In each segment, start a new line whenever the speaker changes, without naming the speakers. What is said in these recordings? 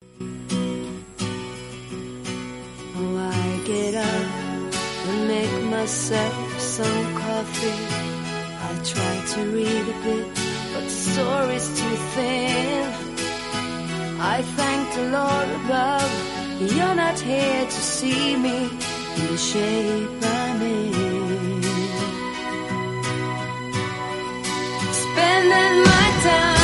Oh, myself some coffee. I try to read a bit, but the story's too thin. I thank the Lord above, you're not here to see me in the shape I'm in. Spending my time.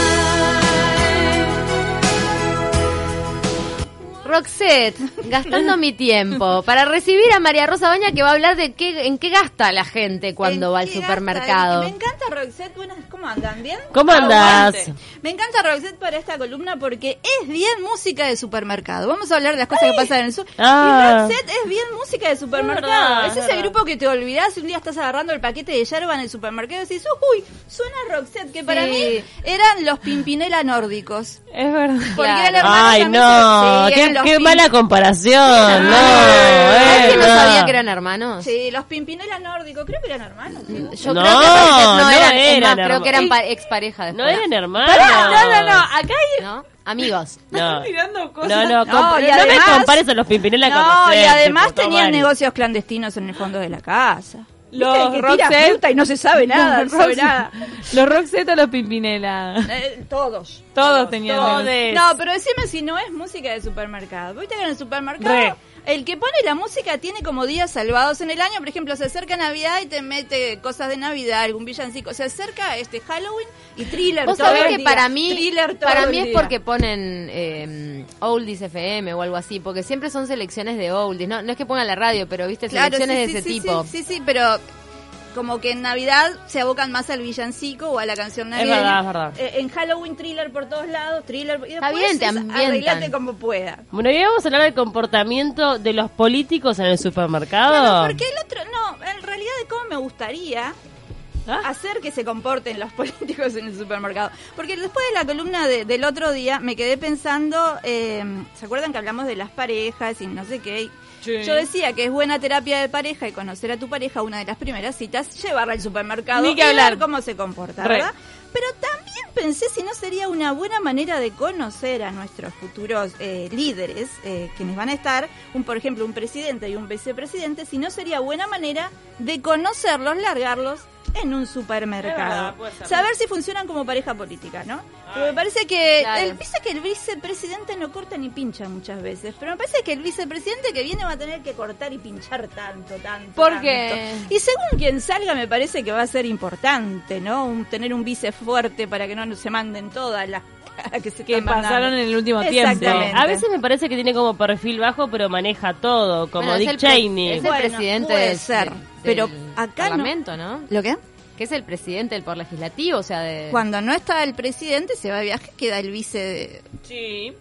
Roxette, gastando mi tiempo para recibir a María Rosa Baña que va a hablar de qué, en qué gasta la gente cuando
¿En
va al
qué gasta?
supermercado.
Me encanta Roxette. Buenas, ¿cómo andan? ¿Bien?
¿Cómo
Aguante.
andás?
Me encanta Roxette para esta columna porque es bien música de supermercado. Vamos a hablar de las cosas que pasan en el sur.
Ah.
Y Roxette es bien música de
Es
supermercado.
verdad,
es
es
ese
verdad.
grupo que te olvidás y un día estás agarrando el paquete de yerba en el supermercado y decís, uy, suena Roxette, que para
Sí.
mí eran los Pimpinela nórdicos.
Es verdad.
Porque
Claro.
el hermano
Ay,
también
no,
se- sí, eran
qué,
los
qué
Pim-
mala comparación, no.
¿Sabes que no
eh,
sabía que eran hermanos?
Sí, los Pimpinela nórdicos. Creo que eran hermanos. ¿sí?
Yo
No,
creo que no,
no
eran, es
eran
más, creo que eran
hermanos.
pa- expareja después.
No eran hermanos.
Pará, no, no, no. Acá hay
¿No? Amigos.
No,
tirando cosas.
no, no,
No,
comp-
y
no
además-
me compares a los Pimpinela con
No, y
Roxette,
además
tipo,
tenían
Tomari.
negocios clandestinos en el fondo de la casa.
Los
Viste, el que tira
Roxette.
fruta y no se sabe nada, no sabe
Roxy-
nada.
Los Roxette o los Pimpinela.
Eh, todos.
Todos tenían.
Todes.
No, pero decime si no es música de supermercado. Viste que en el supermercado
Re.
el que pone la música tiene como días salvados en el año. Por ejemplo, se acerca Navidad y te mete cosas de Navidad, algún villancico. Se acerca este Halloween y thriller.
Vos
todo
sabés
el
que
día.
para mí,
Thriller todo
para
el
mí es
día.
porque ponen eh, Oldies FM o algo así, porque siempre son selecciones de Oldies. No, no es que pongan la radio, pero viste, selecciones
sí,
de
sí,
ese
sí,
tipo.
Sí, sí, sí, pero como que en Navidad se abocan más al villancico o a la canción
Es
navideña.
verdad, es verdad.
Eh, en Halloween thriller por todos lados, thriller. Y
Está
después
bien, te
es
ambientan.
arreglate como pueda.
Bueno, y vamos a hablar del comportamiento de los políticos en el supermercado.
Bueno, porque el otro, no, en realidad de cómo me gustaría
¿Ah?
hacer que se comporten los políticos en el supermercado. Porque después de la columna de- del otro día me quedé pensando, eh, ¿se acuerdan que hablamos de las parejas y no sé qué? Y
Sí.
Yo decía que es buena terapia de pareja y conocer a tu pareja, una de las primeras citas, llevarla al supermercado
Ni que
y
hablar.
ver cómo se comporta,
Re.
¿verdad? Pero también pensé si no sería una buena manera de conocer a nuestros futuros eh, líderes, eh, quienes van a estar, un por ejemplo, un presidente y un vicepresidente, si no sería buena manera de conocerlos, largarlos en un supermercado.
Es verdad, puede ser.
Saber si funcionan como pareja política, ¿no? Porque me parece que
Claro.
el, viste que el vicepresidente no corta ni pincha muchas veces, pero me parece que el vicepresidente que viene va a tener que cortar y pinchar tanto, tanto.
¿Por
tanto.
qué?
Y según quien salga, me parece que va a ser importante, ¿no? Un- tener un vice fuerte para que no se manden todas las caras que se
Que
están mandando.
pasaron en el último tiempo.
Exactamente.
A veces me parece que tiene como perfil bajo, pero maneja todo, como
Bueno, es
Dick
el pre-
Cheney.
Es el
Bueno,
presidente
puede
del-
ser,
del-
pero
del
acá no.
Parlamento, ¿no?
¿Lo qué?
Que es el presidente del por legislativo, o sea, de...
Cuando no está el presidente, se va de viaje, queda el vice. de-
Sí.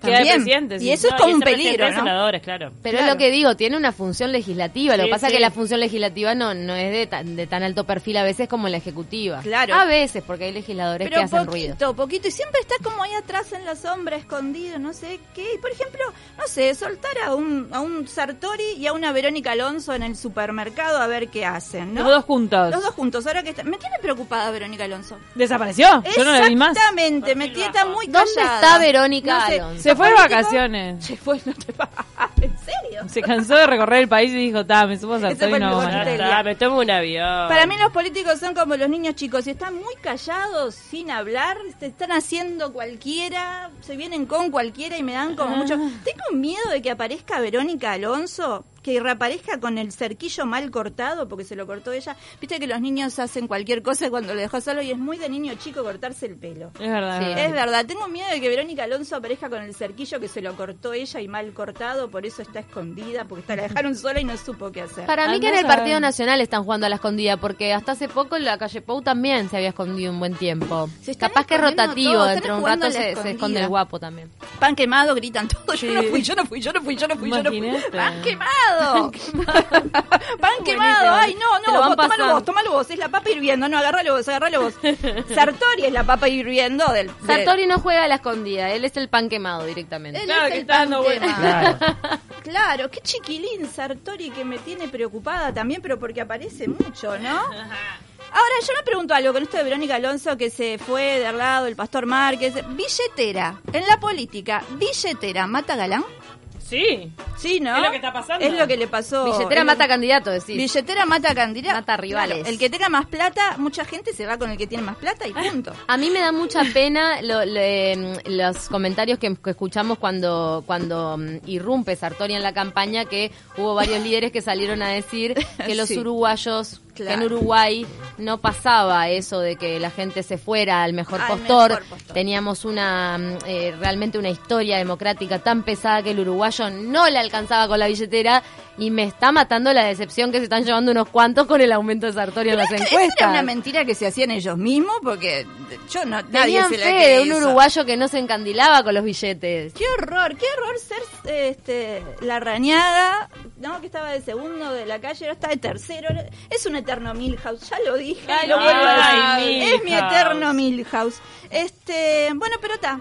También.
Queda el presidente, sí.
Y eso es
No,
como
y
un
ese presidente
peligro,
de
¿no?
senadores, claro.
Pero es
Claro.
lo que digo, tiene una función legislativa. Lo que
Sí,
pasa es
sí.
que la función legislativa no, no es de tan, de tan alto perfil a veces como la ejecutiva.
Claro.
A veces, porque hay legisladores que
Pero
hacen
poquito,
ruido.
poquito. Y siempre está como ahí atrás en la sombra, escondido, no sé qué. Y por ejemplo, no sé, soltar a un, a un Sartori y a una Verónica Alonso en el supermercado a ver qué hacen, ¿no?
Los dos juntos.
Los dos juntos, ahora que está... Me tiene preocupada Verónica Alonso.
¿Desapareció? Yo no la vi más.
Exactamente, me tiene está muy
¿Dónde
callada.
está Verónica Alonso?
Se fue de
político?
vacaciones.
Se fue, no te va. ¿En serio?
Se cansó de recorrer el país y dijo, ta, me subo a
Ese fue
Sartori y
el
no hago
lugar
Ya
nada".
del
está,
día.
me tomo un avión.
Para mí los políticos son como los niños chicos, si están muy callados, sin hablar, te están haciendo cualquiera, se vienen con cualquiera y me dan como mucho... Tengo miedo de que aparezca Verónica Alonso, que reaparezca con el cerquillo mal cortado, porque se lo cortó ella. Viste que los niños hacen cualquier cosa cuando lo dejó solo y es muy de niño chico cortarse el pelo.
Es verdad.
Sí.
es
Es
verdad.
verdad, tengo miedo de que Verónica Alonso aparezca con el cerquillo que se lo cortó ella y mal cortado, por eso está escondida, porque está, la dejaron sola y no supo qué hacer.
Para mí que en
Andá
el
a saber.
Partido Nacional están jugando a la escondida, porque hasta hace poco la calle Pou también se había escondido un buen tiempo.
Se están
Capaz que es
escondiendo
rotativo,
todos, están
dentro de un
jugando
rato
a la
se, se esconde
escondida.
el guapo también.
Pan quemado, gritan todo. Yo no fui, yo no fui, yo no fui, yo no fui, yo no fui.
Imagínate.
Pan quemado. Pan quemado. Ay, no,
Te lo
no,
van
vos, tómalo
pasando.
vos, tómalo vos. Es la papa hirviendo. No, agárralo vos, agárralo vos. Sartori es la papa hirviendo del. de-
Sartori no juega a la escondida, él es el pan quemado directamente.
Él
Claro,
es
que
el
está dando
pan
vueltas.
quemado.
Claro.
este Claro, qué chiquilín Sartori que me tiene preocupada también, pero porque aparece mucho, ¿no? Ahora, yo me pregunto algo con esto de Verónica Alonso que se fue de al lado, el pastor Márquez. Billetera, en la política, billetera, mata galán.
Sí.
Sí, ¿no?
Es lo que está pasando.
Es lo que le pasó.
Billetera
Es-
mata candidato, decís.
Billetera mata candida-
Mata rivales.
el que tenga más plata, mucha gente se va con el que tiene más plata y punto.
A mí me da mucha pena lo- lo, eh, los comentarios que, que escuchamos cuando, cuando mm, irrumpe Sartori en la campaña, que hubo varios líderes que salieron a decir que los
Sí.
uruguayos, que en
Claro.
Uruguay no pasaba eso de que la gente se fuera al mejor,
Al
postor.
mejor postor.
Teníamos una mm, eh, realmente una historia democrática tan pesada que el uruguayo no la alcanzaba con la billetera y me está matando la decepción que se están llevando unos cuantos con el aumento de Sartori en las
Esa
encuestas.
era una mentira que se hacían ellos mismos porque yo no nadie
Tenían
se la
fe
cree
de un
eso.
uruguayo que no se encandilaba con los billetes.
Qué horror, qué horror ser eh, este, la rañada, no que estaba de segundo de la calle, ahora está de tercero. Es un eterno Milhouse, ya lo dije,
Ay,
lo vuelvo a
ay,
decir. Es mi
Milhouse.
eterno Milhouse. Este, bueno, pero está.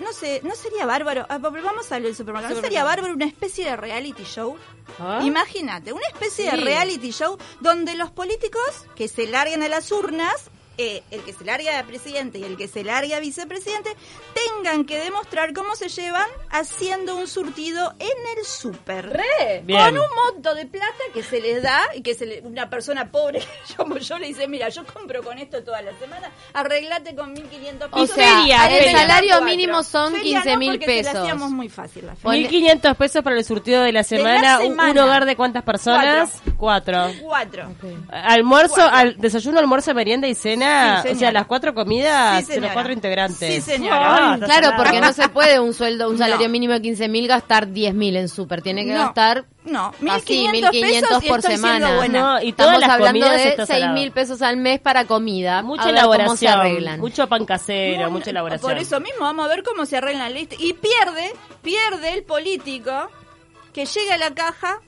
No sé, no sería bárbaro. ah, Volvamos a lo del supermercado. ¿No sería bárbaro una especie de reality show?
Ah.
Imagínate, una especie
Sí.
de reality show donde los políticos que se larguen a las urnas, eh, el que se larga a presidente y el que se larga a vicepresidente, tengan que demostrar cómo se llevan haciendo un surtido en el súper.
Bien.
Con un monto de plata que se les da y que se le- una persona pobre como yo le dice, mira, yo compro con esto toda la semana, arreglate con 1.500
O
pesos.
sea,
feria,
el
feria.
salario
Cuatro.
mínimo son
Feria no,
15.000
porque se la
pesos.
hacíamos muy fácil la feria.
Pon-
1.500 pesos para el surtido de la semana. un-
semana.
¿Un hogar de cuántas personas? Cuatro.
Cuatro.
Almuerzo, al, desayuno, almuerzo, merienda y cena.
Sí,
o sea,
señora.
las cuatro comidas
Sí,
de los
señora.
cuatro integrantes.
Sí, señora.
está
Claro,
sonado.
porque no se puede un sueldo, un salario
No.
mínimo de 15.000 gastar 10.000 en súper. Tiene que
No,
gastar
no,
así,
1.500
1.500
pesos y
por
estoy siendo
semana.
buena.
No, y todas
Estamos
las
hablando
comidas
de
está salado.
6.000 pesos al mes para comida.
Mucha
A ver cómo se
elaboración.
arreglan.
Mucho pan casero,
No,
mucha
no,
elaboración.
Por eso mismo vamos a ver cómo se arregla la lista. Y pierde, pierde el político que llega a la caja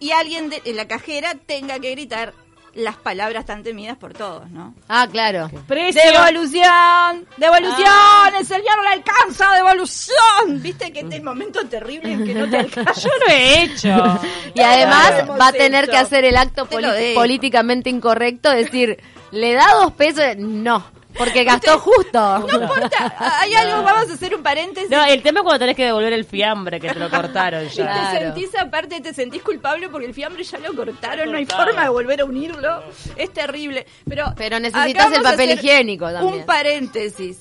y alguien de en la cajera tenga que gritar las palabras tan temidas por todos, ¿no?
Ah, claro.
Precio. Ah.
Devolución, devolución, el señor le alcanza, devolución. Viste que este momento terrible en que no te alcanza.
Yo lo he hecho.
Y además
Claro.
va a tener que
Hemos
hacer el acto
Te lo
poli-
dejo.
políticamente incorrecto, decir, ¿le da dos pesos? No, porque gastó justo.
No importa, hay algo, vamos a hacer un paréntesis.
No, el tema es cuando tenés que devolver el fiambre que te lo cortaron
Y
ya.
Claro.
te sentís aparte, te sentís culpable porque el fiambre ya lo cortaron, no hay
cortaron.
forma de volver a unirlo. Es terrible. Pero,
Pero necesitas
acá vamos
el
a
papel
hacer
higiénico también.
Un paréntesis.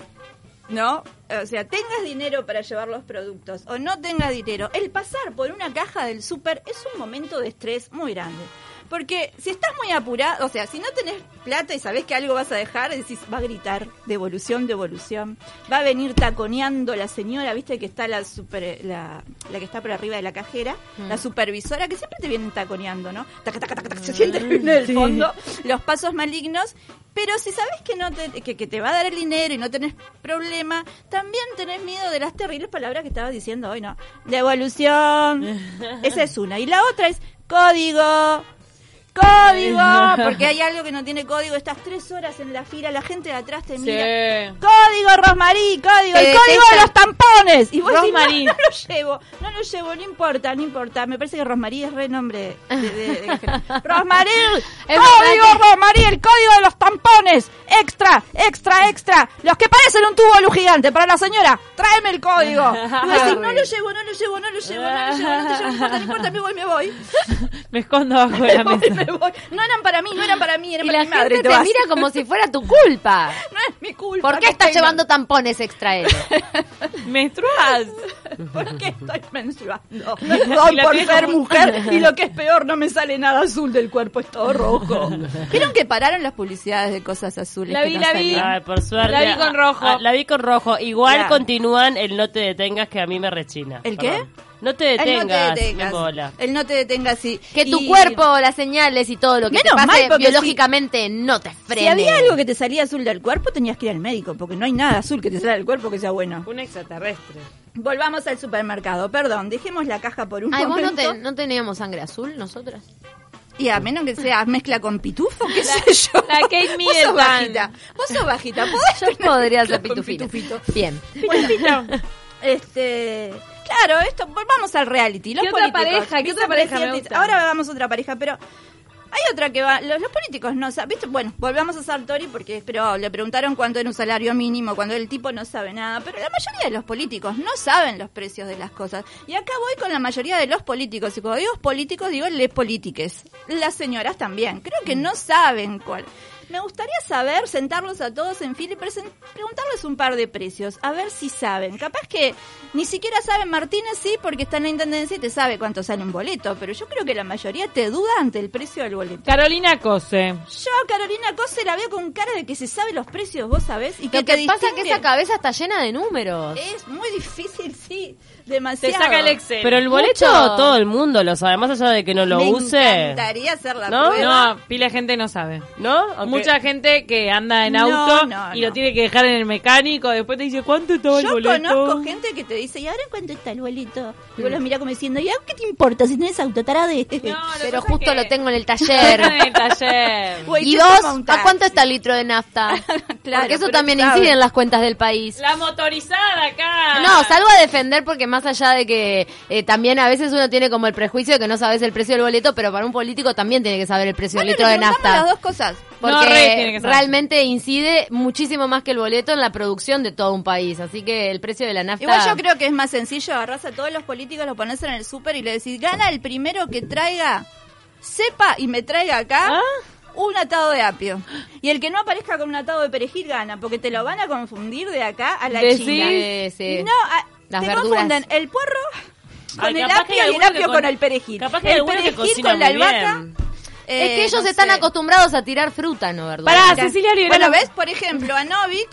¿No? O sea, tengas dinero para llevar los productos o no tengas dinero, el pasar por una caja del súper es un momento de estrés muy grande. Porque si estás muy apurado, o sea, si no tenés plata y sabés que algo vas a dejar, decís, va a gritar, devolución, devolución. Va a venir taconeando la señora, viste que está la super, la, la que está por arriba de la cajera, la supervisora, que siempre te vienen taconeando, ¿no? Taca, taca, taca, taca, se siente en el fondo, los pasos malignos. Pero si sabés que, no te, que, que te va a dar el dinero y no tenés problema, también tenés miedo de las terribles palabras que estabas diciendo hoy, ¿no? Devolución. Esa es una. Y la otra es código. Código. Porque hay algo que no tiene código. Estás tres horas en la fila, la gente de atrás te mira. Código Rosmarí, código,
Te
el código
detestan.
de los tampones. Y vos decís,
Rosmarí.
no, no lo llevo, no lo llevo, no importa, no importa. Me parece que Rosmarí es renombre. De, de- de- Rosmarí,
Es
código
verdad que-
Rosmarí, el código de los tampones. Extra, extra, extra. Los que parecen un tubo de luz gigante para la señora, tráeme el código. Y vos decís, no lo llevo, no lo llevo, no lo llevo, no lo llevo, no lo llevo, no importa, no importa, me voy, me voy.
Me escondo bajo de
Me
la
voy,
mesa.
me voy. No eran para mí, no eran para mí, eran
Y
para
la
mi madre.
gente te
vas.
mira como si fuera tu culpa.
No es mi culpa.
¿Por qué
que
estás
tengan-
llevando tampones extra él?
Menstruas.
¿Por qué estoy menstruando? Doy por ser mujer y lo que es peor, no me sale nada azul del cuerpo, es todo rojo. ¿Vieron que pararon las publicidades de cosas azules?
La
que
vi,
no
la vi.
salían?
Ay, por suerte.
La vi con rojo.
Ah, la vi con rojo. Igual
Ya.
continúan el no te detengas que a mí me rechina.
¿El
Perdón.
qué?
No te
Él
detengas.
no te detengas.
Me mola.
Él no te detenga así.
Que tu
Y
cuerpo, las señales y todo lo que te
Menos
pase
mal, porque
biológicamente no te frene.
Si había algo que te salía azul del cuerpo, tenías que ir al médico, porque no hay nada azul que te salga del cuerpo que sea bueno.
Un extraterrestre.
Volvamos al supermercado, perdón, dejemos la caja por un
Ay, vos no,
momento.
te- no teníamos sangre azul nosotras.
Y a menos que sea mezcla con pitufo, qué sé yo.
la Kate
Vos sos
Middleton.
bajita, vos sos bajita, podés
Yo podría ser
con
pitufina.
pitufito.
Bien.
Este, claro, esto volvamos al reality. Los
¿Qué otra
políticos,
pareja? ¿Qué otra pareja me
vicepresidentes.
gusta?
Ahora vamos a otra pareja, pero Hay otra que va, los, los políticos no saben, ¿viste? Bueno, volvamos a Sartori porque es probable. Le preguntaron cuánto era un salario mínimo, cuando el tipo no sabe nada, pero la mayoría de los políticos no saben los precios de las cosas. Y acá voy con la mayoría de los políticos, y cuando digo políticos, digo les politiques. Las señoras también, creo
Mm.
que no saben cuál. Me gustaría saber, sentarlos a todos en fila y presen- preguntarles un par de precios, a ver si saben. Capaz que ni siquiera saben Martínez, sí, porque está en la intendencia y te sabe cuánto sale un boleto, pero yo creo que la mayoría te duda ante el precio del boleto.
Carolina Cose.
Yo, Carolina Cose, la veo con cara de que se sabe los precios, vos sabés, y que
Lo que
te
pasa es que
distinguen.
esa cabeza está llena de números.
es muy difícil, sí,
Te
demasiado.
saca el Excel.
Pero el boleto
Mucho.
todo el mundo lo sabe, más allá de que no lo
Me
use.
encantaría hacer la
¿No?
prueba.
No, pila de gente no sabe.
¿No? Aunque-
Mucha gente que anda en
No,
auto
no,
y
no.
lo tiene que dejar en el mecánico. Después te dice, ¿cuánto estaba el
Yo
boleto?
conozco gente que te dice, ¿y ahora en cuánto está el boleto? Y vos los mirás como diciendo, ¿y ahora qué te importa si tenés auto, tarade?
No, lo que
Pero
pasa es
justo
que
lo tengo en el
lo
taller.
dejan en el taller.
Güey,
y
te
dos,
toma un
¿a cuánto
taxi.
está el litro de nafta?
Claro,
Porque eso
pero
también
sabe.
incide en las cuentas del país.
La motorizada acá.
No, salgo a defender porque más allá de que eh, también a veces uno tiene como el prejuicio de que no sabes el precio del boleto, pero para un político también tiene que saber el precio
Bueno,
del litro de
le preguntamos
nafta.
las dos cosas.
Porque
No, re tiene que saber.
realmente incide muchísimo más que el boleto en la producción de todo un país. Así que el precio de la nafta...
Igual yo creo que es más sencillo, agarrás a todos los políticos, los pones en el súper y le decís, gana el primero que traiga, sepa y me traiga acá
¿Ah?
un atado de apio. Y el que no aparezca con un atado de perejil gana, porque te lo van a confundir de acá a la
¿Decís?
China.
Sí, sí.
No, a-
Las
te
verduras.
confunden el puerro con
Ay,
el
capaz que hay
apio y el
alguno que
apio con,
con-
el perejil.
capaz que hay
el
alguno que
perejil
cocina
con la
muy bien.
albahaca.
Es
eh,
que ellos
no
están
sé.
acostumbrados a tirar fruta, ¿no, verdura?
Pará,
Mira,
Cecilia Rivera.
Bueno, ¿ves? Por ejemplo, a Novik,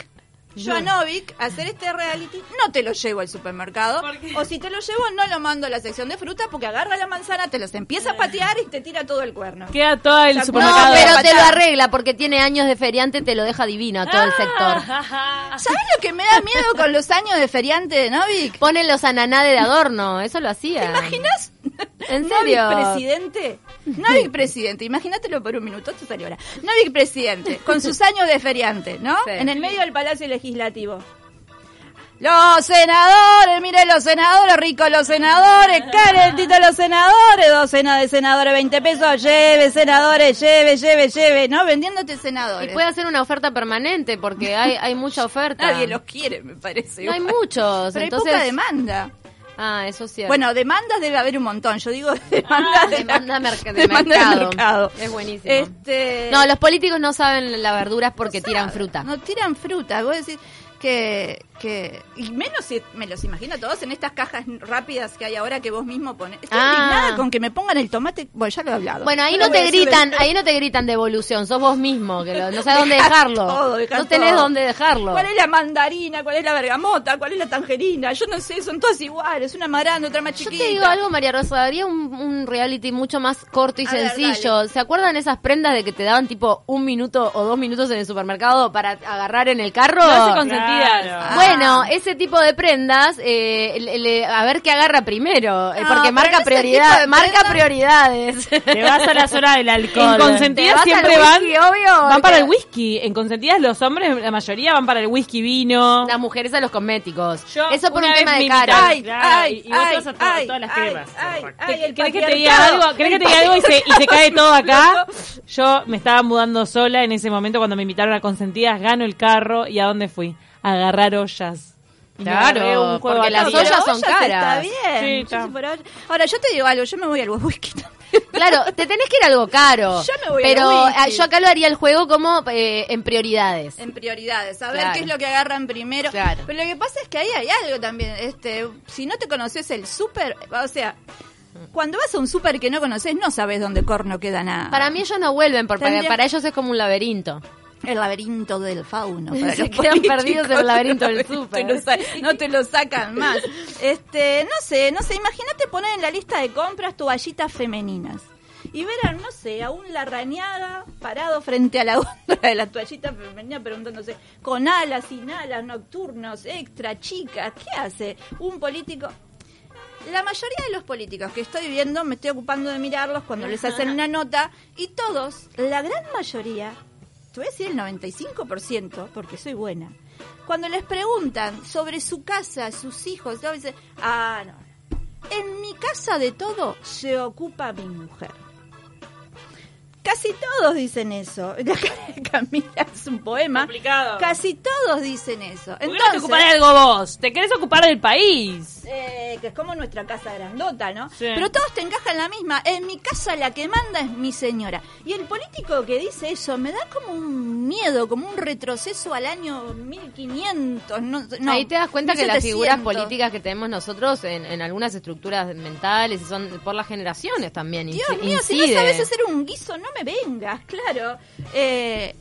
yo a Novik, a hacer este reality, no te lo llevo al supermercado.
¿Por qué?
O si te lo llevo, no lo mando a la sección de fruta porque agarra la manzana, te las empieza a patear y te tira todo el cuerno.
Queda todo el
No,
No,
supermercado.
pero te lo
Patada.
arregla porque tiene años de feriante, te lo deja divino a todo
Ah.
el sector.
¿Sabes lo que me da miedo con los años de feriante de Novik?
Ponen los ananá de adorno, eso lo hacía.
¿Te imaginas?
¿En
Novik
serio?
presidente. Novik presidente. Imagínatelo por un minuto, esto salió ahora. Novik presidente, con sus años de feriante, ¿no?
Sí.
En el medio del Palacio Legislativo. Los senadores, mire los senadores, ricos los senadores, calentito los senadores, docena de senadores, 20 pesos, lleve senadores, lleve, lleve, lleve, ¿no? Vendiéndote
Y
senadores.
puede hacer una oferta permanente porque hay, hay mucha oferta.
Nadie los quiere, me parece.
No hay
igual.
muchos,
Pero
entonces...
hay poca demanda.
Ah, eso es cierto.
Bueno, demandas debe haber un montón. Yo digo demandas de,
Ah, demanda merc- de
demanda de
mercado.
mercado.
Es buenísimo.
Este,
no, los políticos no saben las verduras porque tiran fruta.
No tiran fruta. Vos decís que, que. Y menos si me los imagino a todos en estas cajas rápidas que hay ahora que vos mismo pones. Estoy
Ah.
indignada con que me pongan el tomate. Bueno, ya lo he hablado.
Bueno, ahí
lo
no
voy a
te
decir de-
gritan, ahí no te gritan devolución, sos vos mismo, que lo- no sabes dónde
Dejá
dejarlo.
todo, dejá
no tenés
todo.
dónde dejarlo.
¿Cuál es la mandarina? ¿Cuál es la bergamota? ¿Cuál es la tangerina? Yo no sé, son todas iguales. Una más grande, otra más
Yo
chiquita.
te digo algo, María Rosa, habría un, un reality mucho más corto y
A ver,
sencillo. ¿Se acuerdan esas prendas de que te daban tipo un minuto o dos minutos en el supermercado para agarrar en el carro?
No hace
Ah.
consentidas.
Claro.
Bueno, ese tipo de prendas, eh, le- le- a ver qué agarra primero, eh,
No,
porque
pero
marca
ese tipo
prioridad,
de
marca
prendas-
prioridades.
Te vas a la zona del alcohol.
En consentidas
Te vas al
siempre van.
whisky, obvio,
van para
porque-
el whisky. En consentidas los hombres, la mayoría van para el whisky vino.
Las mujeres a los cosméticos.
Yo
Eso por
una
un
vez
tema de
me
cara.
invitaron.
Ay,
Claro,
ay,
y- y vos
ay,
te vas a to- a
ay,
todas las
ay,
cremas.
ay, ay, el
¿Crees que te diga
patriarcado.
algo? ¿Crees que te diga algo y se, y se cae todo acá? Yo me estaba mudando sola en ese momento cuando me invitaron a Consentidas, gano el carro y ¿a dónde fui? A agarrar ollas. Y me
Claro,
agarré un juego
porque
acá.
las
Pero
ollas son
te Está
caras.
bien.
Sí,
Yo
está.
si fuera olla- Ahora, yo te digo algo, yo me voy al whisky también.
Claro, te tenés que ir a algo caro.
Yo me voy a
pero
la whisky.
ah, yo acá lo haría el juego como eh, en prioridades.
En prioridades, a ver
Claro.
qué es lo que agarran primero.
Claro.
Pero lo que pasa es que ahí hay algo también. este Si no te conoces el súper, o sea, cuando vas a un súper que no conoces, no sabes dónde corno queda nada.
Para mí ellos no vuelven, porque
Tendría-
para ellos es como un laberinto.
El laberinto del fauno.
Se
para los
quedan
políticos,
perdidos en el laberinto del
laberinto
súper.
y No, sa- no te lo sacan más. Este, no sé, no sé. Imagínate poner en la lista de compras toallitas femeninas. Y ver, a, no sé, a un larrañaga parado frente a la góndola de las toallitas femeninas preguntándose, con alas, sin alas, nocturnos, extra, chicas, ¿qué hace un político? La mayoría de los políticos que estoy viendo, me estoy ocupando de mirarlos cuando les hacen una nota, y todos, la gran mayoría, te voy a decir el 95%, porque soy buena, cuando les preguntan sobre su casa, sus hijos, todo, dicen, ah, no. En mi casa de todo se ocupa mi mujer. Casi todos dicen eso. La cara de Camila es un poema.
Complicado.
Casi todos dicen eso.
¿Por qué no te
Entonces,
ocupás de algo vos? ¿Te querés ocupar del país?
eh, que es como nuestra casa grandota, ¿no?
Sí.
Pero todos te encajan en la misma. En mi casa la que manda es mi señora. Y el político que dice eso me da como un miedo, como un retroceso al año 1500. No, no,
Ahí te das cuenta que las
1700.
figuras políticas que tenemos nosotros en, en algunas estructuras mentales y son por las generaciones también.
Dios
inci-
mío, si
incide.
no sabes hacer un guiso, no me vengas, claro. Eh,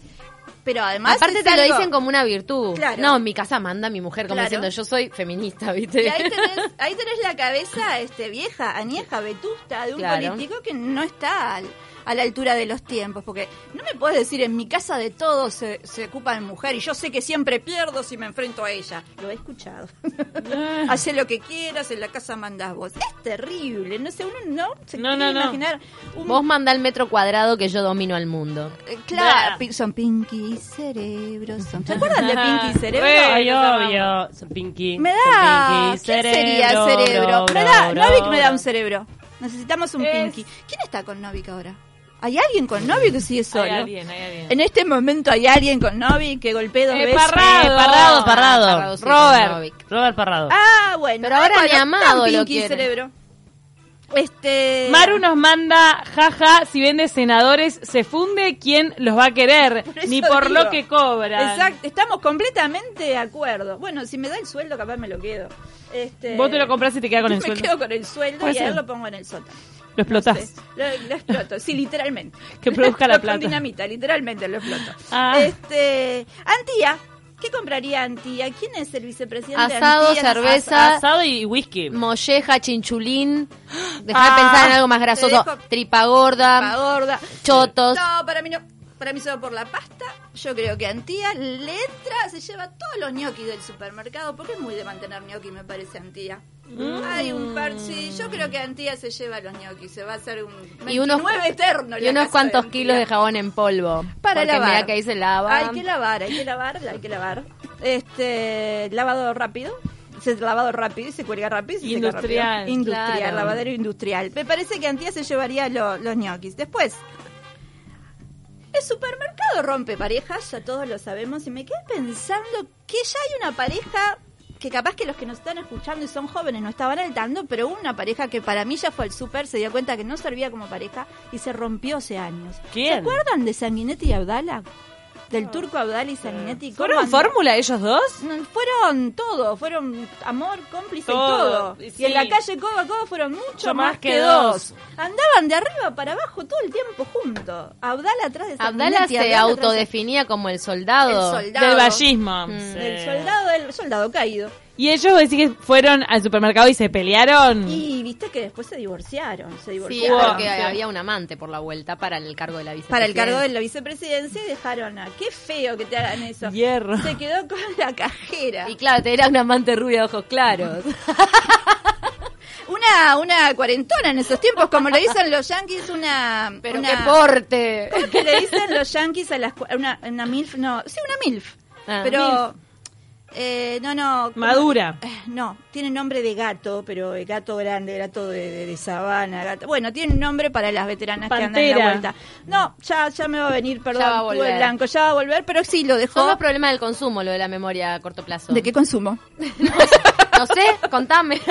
pero además.
Aparte
es
te lo
algo-
dicen como una virtud.
Claro.
No, en mi casa manda mi mujer, como
Claro.
diciendo yo soy feminista, ¿viste?
Y ahí tenés, ahí tenés la cabeza este, vieja, añeja, vetusta de un
Claro.
político que no está al- a la altura de los tiempos. Porque no me puedes decir, en mi casa de todo se, se ocupa de mujer y yo sé que siempre pierdo si me enfrento a ella. Lo he escuchado. Hace lo que quieras, en la casa mandás vos. Es terrible, no sé, uno no se
No,
quiere
no, no.
imaginar. un-
Vos manda el metro cuadrado que yo domino al mundo.
eh, Claro, pi- son Pinky y Cerebro. Son... ¿Se acuerdan de Pinky y Cerebro?
Re,
Ay,
los
obvio. Son Pinky.
Me
son
da.
Pinky,
¿Quién sería
cerebro,
cerebro?
bro,
Me da.
bro,
Novik me da un
bro.
cerebro. Necesitamos un
Es-
Pinky. ¿Quién está con Novik ahora? ¿Hay alguien con Novik que sigue solo?
Hay alguien, hay alguien.
En este momento hay alguien con Novik que golpea dos
Eh,
veces.
Parrado.
Parrado, parrado.
Parrado, sí,
Robert.
Parradovic.
Robert Parrado.
Ah, bueno.
Pero ahora
bueno,
ni amado
tan
lo
Pinky
quiere.
cerebro. Este.
Maru nos manda, jaja, si vende senadores, se funde, ¿quién los va a querer?
Por eso
Ni por
digo.
lo que cobran.
Exacto, estamos completamente de acuerdo. Bueno, si me da el sueldo, capaz me lo quedo. Este,
Vos te lo compras y te quedas con el
me
sueldo.
quedo con el sueldo
Puede
y a él
ser.
lo pongo en el sótano.
Lo explotás.
Sí, lo, lo exploto, sí, literalmente.
Que produzca la
Lo-
plata.
Con dinamita, literalmente lo exploto.
Ah.
Este, Antía, ¿qué compraría Antía? ¿Quién es el vicepresidente de
Asado,
Antía?
cerveza.
Asado y whisky.
Mm,
Molleja, chinchulín. Deja
Ah,
de pensar en algo más
te
grasoso.
dejo-
Tripa gorda.
Asado, gorda.
Chotos.
No, para mí no. Para mí solo por la pasta. Yo creo que Antía le entra, se lleva todos los ñoquis del supermercado, porque es muy de mantener ñoquis, me parece Antía.
Mm.
Hay un par, sí, yo creo que Antía se lleva los ñoquis, se va a hacer un 29
Y unos,
eterno.
y
la
unos
casa
cuantos
Antía.
kilos de jabón en polvo.
Para
porque
lavar.
mirá que ahí se lava.
Hay que lavar, hay que lavar, hay que lavar. Este, lavado rápido. Se lavado rápido y se cuelga rápido. y se seca
Industrial,
rápido. Industrial,
claro.
lavadero industrial. Me parece que Antía se llevaría lo- los ñoquis. Después, el supermercado rompe parejas, ya todos lo sabemos, y me quedé pensando que ya hay una pareja que capaz que los que nos están escuchando y son jóvenes no estaban al tanto, pero hubo una pareja que para mí ya fue al súper, se dio cuenta que no servía como pareja y se rompió hace años.
¿Quién?
¿Se acuerdan de Sanguinetti y Abdala? Del turco Abdala y Sanguinetti. ¿Cómo
Eh, ¿Fueron
and-
fórmula ellos dos?
Mm, Fueron todo, fueron amor, cómplice
Todo,
y todo.
y
Y en la
sí.
calle Coba Coba fueron mucho
Yo
más, que, dos. Andaban de arriba para abajo todo el tiempo juntos. Abdala atrás de
Abdala
Sanguinetti,
se
Abdala atrás de-
autodefinía como el soldado.
El soldado.
Del vallismo.
Mm.
Sí.
Del soldado, del soldado caído.
Y ellos vos decís que fueron al supermercado y se pelearon.
Y viste que después se divorciaron. Se
Sí,
divorciaron.
porque
Sí.
había un amante por la vuelta para el cargo de la vicepresidencia.
Para el cargo de la vicepresidencia y dejaron a. Qué feo que te hagan eso.
Hierro.
Se quedó con la cajera.
Y claro, te era un amante rubio de ojos claros.
Una, una cuarentona en esos tiempos, como le dicen los yanquis, una.
Pero
una-
qué porte.
que le dicen los yanquis a las cua- una, una milf no sí una milf
Ah,
pero eh, no no ¿cómo?
Madura.
Eh, no tiene nombre de gato pero eh, gato grande gato de, de- de sabana gato bueno tiene un nombre para las veteranas que andan
Pantera.
en la vuelta no ya ya me va a venir perdón
Ya va a
tuve
volver.
blanco ya va a volver pero sí lo dejó
Son los problemas del consumo, lo de la memoria a corto plazo.
de qué consumo
No sé, contame.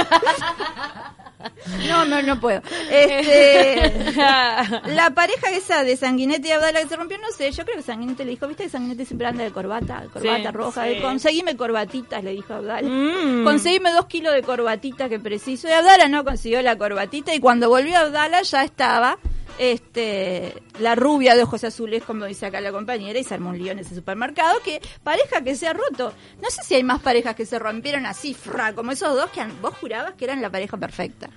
No, no, no puedo. Este, la pareja esa de Sanguinete y Abdala que se rompió, no sé, yo creo que Sanguinete le dijo, viste que Sanguinete siempre anda de corbata, de corbata
Sí,
roja,
sí.
de conseguime corbatitas, le dijo Abdala.
Mm.
Conseguime dos kilos de corbatitas que preciso. Y Abdala no consiguió la corbatita y cuando volvió Abdala ya estaba este la rubia de ojos azules, como dice acá la compañera, y se armó un lío en ese supermercado, que pareja que se ha roto. No sé si hay más parejas que se rompieron así, fra, como esos dos que an- vos jurabas que eran la pareja perfecta.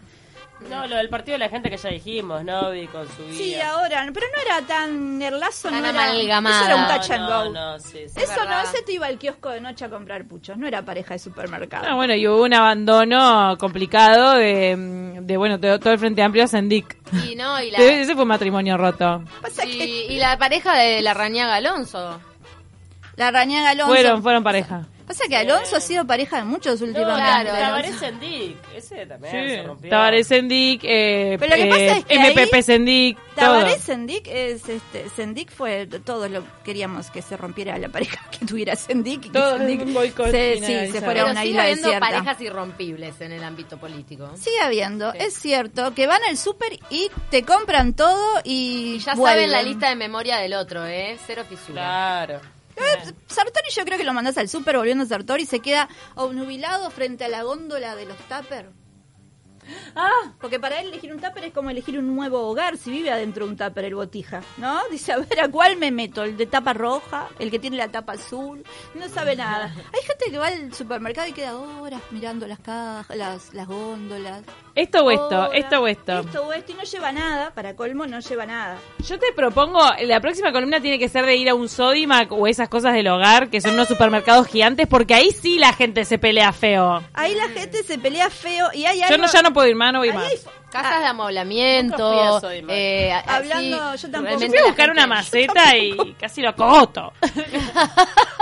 No, lo del partido de la gente que ya dijimos, Novi con su vida.
Sí, ahora, pero no era tan el lazo,
Tan
no era,
amalgamada.
eso era un
Ah,
No,
touch and
no,
go.
no, sí, sí.
Eso
verdad.
no, ese te iba al kiosco de noche a comprar puchos, no era pareja de supermercado.
Ah, bueno, y hubo un abandono complicado de, mm, de, bueno, de todo el Frente Amplio a Sendic.
Y no, y la,
Ese fue un matrimonio roto.
Pasa
y-
que
y la pareja de la Rañaga Alonso.
la Rañaga Alonso
Fueron, fueron pareja.
Pasa que Alonso ha sido pareja de muchos últimamente.
claro,
Alonso.
Tabaré
Tabaré Sendik, ese también se
Sí,
rompió.
Tabaré Sendik, eh,
Pero lo que pasa
eh,
es que
MPP
ahí-
Sendik, todo.
Tabaré Sendik es este Sendik fue todos lo queríamos que se rompiera la pareja que tuviera Sendik y que
Todos
Sendik
un boicot
se,
finalizado.
sí, se fuera
Pero
a una
sigue
isla
habiendo
desierta.
parejas irrompibles en el ámbito político.
Sigue habiendo, es cierto, que van al súper y te compran todo y,
Y ya
vuelven.
saben la lista de memoria del otro, ¿eh? Cero fisura.
Claro.
Eh, Sartori yo creo que lo mandas al súper volviendo a Sartori y se queda obnubilado frente a la góndola de los tupper.
Ah,
Porque para él elegir un tupper es como elegir un nuevo hogar si vive adentro de un tupper el botija, ¿no? Dice, a ver, ¿a cuál me meto? ¿El de tapa roja? ¿El que tiene la tapa azul? No sabe nada. Hay gente que va al supermercado y queda horas mirando las cajas, las, las góndolas.
esto o esto,
Horas.
esto o esto.
Esto o esto y no lleva nada, para colmo no lleva nada.
Yo te propongo, la próxima columna tiene que ser de ir a un Sodimac o esas cosas del hogar, que son unos supermercados gigantes, porque ahí sí la gente se pelea feo.
Ahí la gente se pelea feo y hay algo...
Mm. Yo no, ya no puedo ir más, no voy
ahí
más.
hay-
Casas de
Ah,
Nunca fui
amoblamiento.
a Sodimac.
eh, a-
Hablando,
así,
yo tampoco.
realmente
Yo fui a
la
buscar
gente-
una maceta y casi lo acogoto.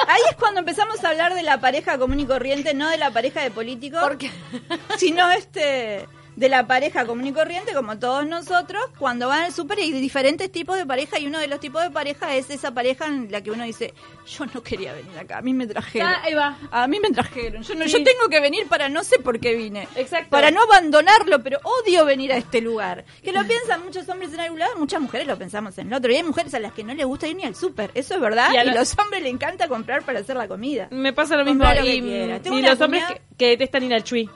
Ahí es cuando empezamos a hablar de la pareja común y corriente, no de la pareja de políticos,
Porque
sino este de la pareja común y corriente, como todos nosotros, cuando van al súper hay diferentes tipos de pareja y uno de los tipos de pareja es esa pareja en la que uno dice, yo no quería venir acá, a mí me trajeron.
Ah, ahí va.
A mí me trajeron. Yo, no,
Sí.
yo tengo que venir para no sé por qué vine.
Exacto.
Para no abandonarlo, pero odio venir a este lugar. Que lo piensan muchos hombres en algún lado, muchas mujeres lo pensamos en el otro. Y hay mujeres a las que no les gusta ir ni al súper. Eso es verdad. Y
Y a
a,
lo-
los hombres les encanta comprar para hacer la comida.
Me pasa lo mismo.
Comprá lo que
y
quieras. Tengo
y
una
los hombres
cuñada-
que, que detestan ir al chui.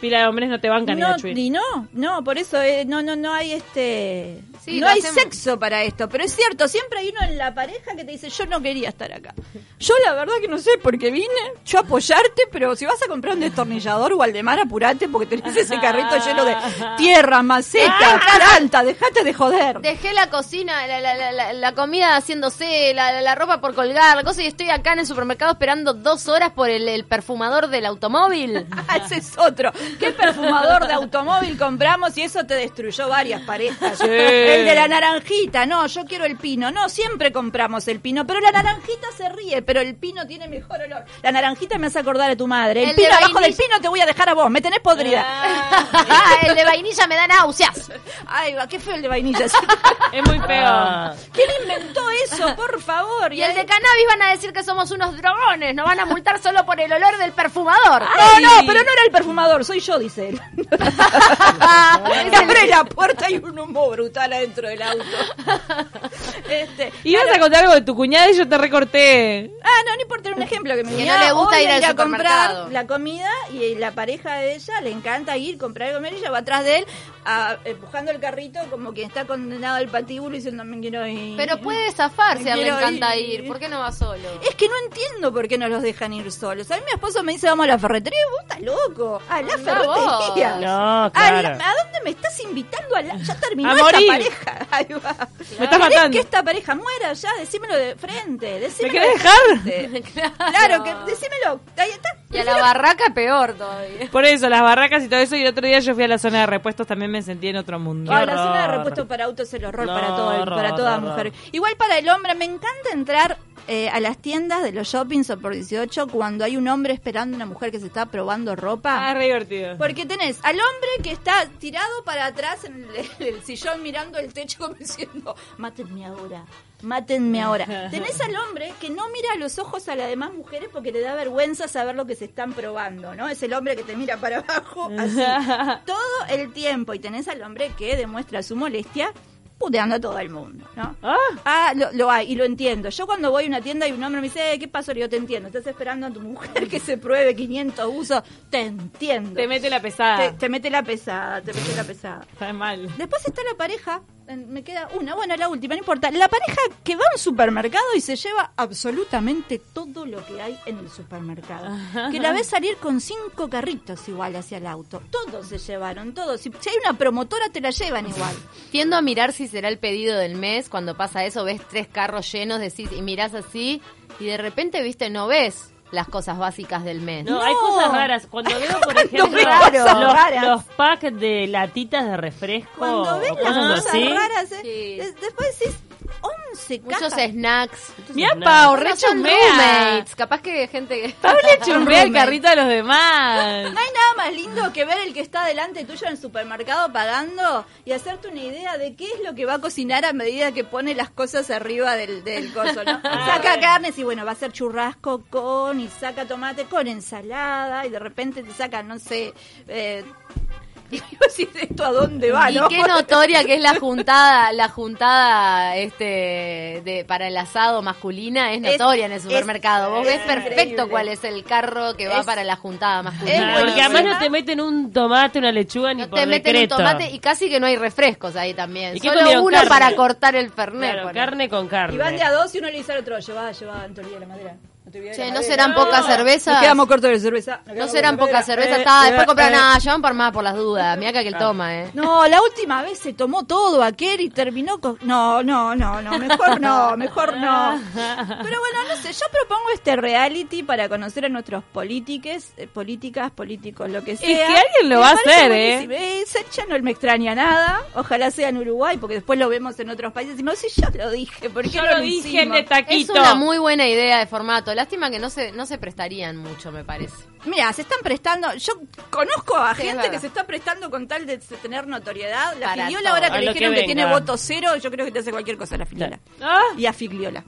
Pila de hombres no te bancan ir
No,
al chui.
y no, no, por eso eh, no, no, no hay este,
Sí,
no
lo
hay
hacemos.
sexo para esto, pero es cierto, siempre hay uno en la pareja que te dice yo no quería estar acá, yo la verdad que no sé por qué vine, yo apoyarte, pero si vas a comprar un destornillador o Aldemar apurate porque tenés ese carrito lleno de tierra, maceta, planta, dejate de joder.
dejé la cocina, la, la- la- la- la comida haciéndose, la, la- la ropa por colgar, la cosa, y estoy acá en el supermercado esperando dos horas por el, el perfumador del automóvil.
Ah, Ese es otro. ¿Qué perfumador de automóvil compramos? Y eso te destruyó varias parejas. El de la naranjita, no, yo quiero el pino. No, siempre compramos el pino, pero la naranjita se ríe, pero el pino tiene mejor olor. La naranjita me hace acordar a tu madre. El,
El de
pino, abajo del
vainilla. Ah.
pino te voy a dejar a vos, me tenés podrida.
Ah.
el de vainilla me da náuseas.
Ay, va, qué feo el de vainilla.
Es muy feo.
Ah.
¿Quién inventó eso, por favor?
Y el de cannabis van a decir que somos unos drogones, nos van a multar solo por el olor del perfumador.
No, no, pero no era el perfumador, soy yo, dice él.
Ah,
Abre la puerta y un humo brutal adentro del auto. Este,
Ibas a contar algo de tu cuñada y yo te recorté.
Ah, no, no importa, era un ejemplo que mi
Que no
cuñada
le gusta
odia
ir al
a comprar
supermercado.
la comida y la pareja de ella le encanta ir, comprar y comer y ella va atrás de él a- empujando el carrito como quien está condenado al patíbulo y diciendo me quiero ir.
Pero puede zafar si a él le
Quiero
encanta
ir.
ir. ¿Por qué no va solo?
Es que no entiendo por qué no los dejan ir solos. A mí mi esposo me dice vamos a la ferretería, vos estás loco, a la
Anda vos.
ferretería.
No,
¿A,
claro.
la- ¿A dónde me estás invitando? A la- ya terminó
A
esta
morir.
pareja. Ahí va.
Me estás
¿Querés
matando.
que esta pareja muera ya? Decímelo de frente. Decímelo
querés
de
dejar?
frente. Claro, que decímelo. Ahí está.
Y a la barraca peor todavía.
Por eso, las barracas y todo eso. Y el otro día yo fui a la zona de repuestos, también me sentí en otro mundo.
Ah, la
horror.
zona de repuesto para autos es el horror
No,
para, todo,
horror,
para toda
horror.
mujer. Igual para el hombre, me encanta entrar eh, a las tiendas de los shoppings o por 18 cuando hay un hombre esperando a una mujer que se está probando ropa.
Ah, es re divertido.
Porque tenés al hombre que está tirado para atrás en el, el sillón mirando el techo como diciendo, mátenme ahora, mátenme ahora. Tenés al hombre que no mira a los ojos a las demás mujeres porque le da vergüenza saber lo que se están probando, ¿no? Es el hombre que te mira para abajo así todo el tiempo y tenés al hombre que demuestra su molestia puteando a todo el mundo, ¿no?
Ah,
Ah, lo, lo hay, y lo entiendo. Yo cuando voy a una tienda y un hombre me dice, "Eh, ¿qué pasó? Le digo, te entiendo. Estás esperando a tu mujer que se pruebe 500 usos. Te entiendo.
te mete la pesada.
Te, te mete la pesada, te mete la pesada.
Ah. Está mal.
Después está la pareja, en- me queda una, bueno, la última, no importa. La pareja que va a un supermercado y se lleva absolutamente todo lo que hay en el supermercado. Que la ves salir con cinco carritos igual hacia el auto. Todos se llevaron, todos. Si, si hay una promotora, te la llevan igual.
Tiendo a mirar si será el pedido del mes. Cuando pasa eso, ves tres carros llenos decís, y mirás así, y de repente, viste, no ves las cosas básicas del mes.
No, hay cosas raras. Cuando veo, por ejemplo,
veo cosas raras.
los, los packs de latitas de refresco.
Oh,
Cuando ves
o
las
cosas
cosas
así,
raras, eh,
Sí.
des- después decís, 11
Muchos
cajas.
snacks.
Mirá, Pau, re
Bueno, son
chumbea.
roommates. Capaz que gente que...
Pau le chumbea el
Roommates.
carrito a los demás.
No hay nada más lindo que ver el que está delante tuyo en el supermercado pagando y hacerte una idea de qué es lo que va a cocinar a medida que pone las cosas arriba del, del coso, ¿no?
Ah.
Saca carnes y bueno, va a ser churrasco con, y saca tomate con ensalada, y de repente te saca, no sé, eh, y vos decís, esto a dónde va,
Y
Ah, ¿no?
qué notoria que es la juntada, la juntada este de para el asado masculina es
Es-
notoria en el
es-
supermercado. Vos ves
es
perfecto
increíble.
cuál es el carro que va
Es-
para la juntada
es
masculina.
buenísimo.
eh, Porque además no te meten un tomate, una lechuga ni
No
por
te meten un
decreto.
tomate y casi que no hay refrescos ahí también.
¿Y qué
Solo
comieron?
uno
Carne.
para cortar el fernet.
Claro,
ponele.
carne con
Y van
carne.
de a dos y uno le dice al otro, lleva, lleva, Antonio, la madera. No te olvides de
Che,
la
¿no
madera".
serán pocas cervezas?
Nos quedamos cortos de cerveza. Nos
No
quedamos
serán
cortos de
pocas
madera.
cervezas.
Eh,
Está,
eh,
después compran
eh.
nada, llevan por más por las dudas. Mira que
Ah.
aquel toma, eh.
No, la última vez se tomó todo aquel y terminó con... No, no, no, no, mejor no, mejor no. Pero bueno, no sé, yo propongo este reality para conocer a nuestros políticos, políticas, políticos, lo que sea.
que alguien
Me
lo va a
parece
hacer,
buenísimo. Eh, Sacha no me extraña nada, ojalá sea en Uruguay, porque después lo vemos en otros países. Y no, si yo lo dije, ¿por qué
Yo
no
lo dije en
hicimos?
de
Es
taquito.
una muy buena idea de formato. Lástima que no se, no se prestarían mucho, me parece.
Mira, se están prestando. Yo conozco a
Sí, es
gente
verdad.
que se está prestando con tal de tener notoriedad. La
Para
filiola,
todo.
ahora
A
que le
lo que
dijeron que,
venga.
tiene voto cero, yo creo que te hace cualquier cosa la filiola.
Ah,
Y a filiola.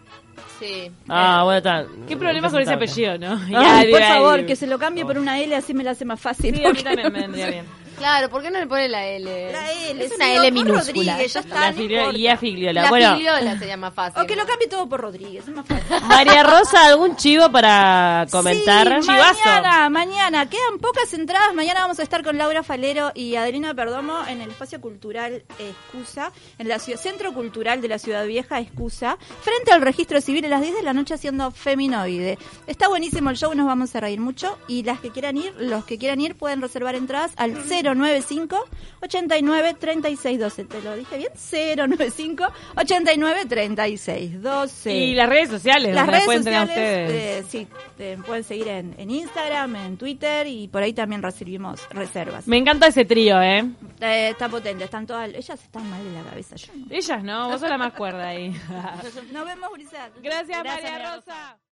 Sí.
Ah, bueno, está.
Eh, ¿Qué problema con ese
Impresentable.
apellido, no?
Ay,
Ya,
Ah, por
ya,
favor,
ya.
que se lo cambie por una L, así me la hace más fácil.
Sí, a mí
porque
también me
no
vendría
sé.
bien.
Claro, ¿por qué no le pone la L?
La L,
es una
sí,
L
o por
minúscula.
Rodríguez, ya está,
La
no
filiola
importa.
y a filiola.
La
bueno,
filiola se llama fácil.
O que lo cambie todo por Rodríguez, es más fácil.
María Rosa, ¿algún chivo para comentar?
Sí, mañana, mañana. Quedan pocas entradas. Mañana vamos a estar con Laura Falero y Adelina Perdomo en el espacio cultural Excusa, en el Centro Cultural de la Ciudad Vieja Excusa, frente al registro civil a las 10 de la noche haciendo Feminoide. Está buenísimo el show, nos vamos a reír mucho. Y las que quieran ir, los que quieran ir, pueden reservar entradas al 095 89 36 12. ¿Te lo dije bien? 095 89 36 12.
Y las redes sociales,
Las
donde
redes
pueden tener
sociales,
ustedes.
eh, sí, te pueden seguir en, en Instagram, en Twitter y por ahí también recibimos reservas.
Me encanta ese trío, ¿eh?
Eh, está potente, están todas, ellas están mal de la cabeza. Yo no.
Ellas no, vos sos la más cuerda ahí.
Nos vemos, Brisa.
Gracias, María Rosa.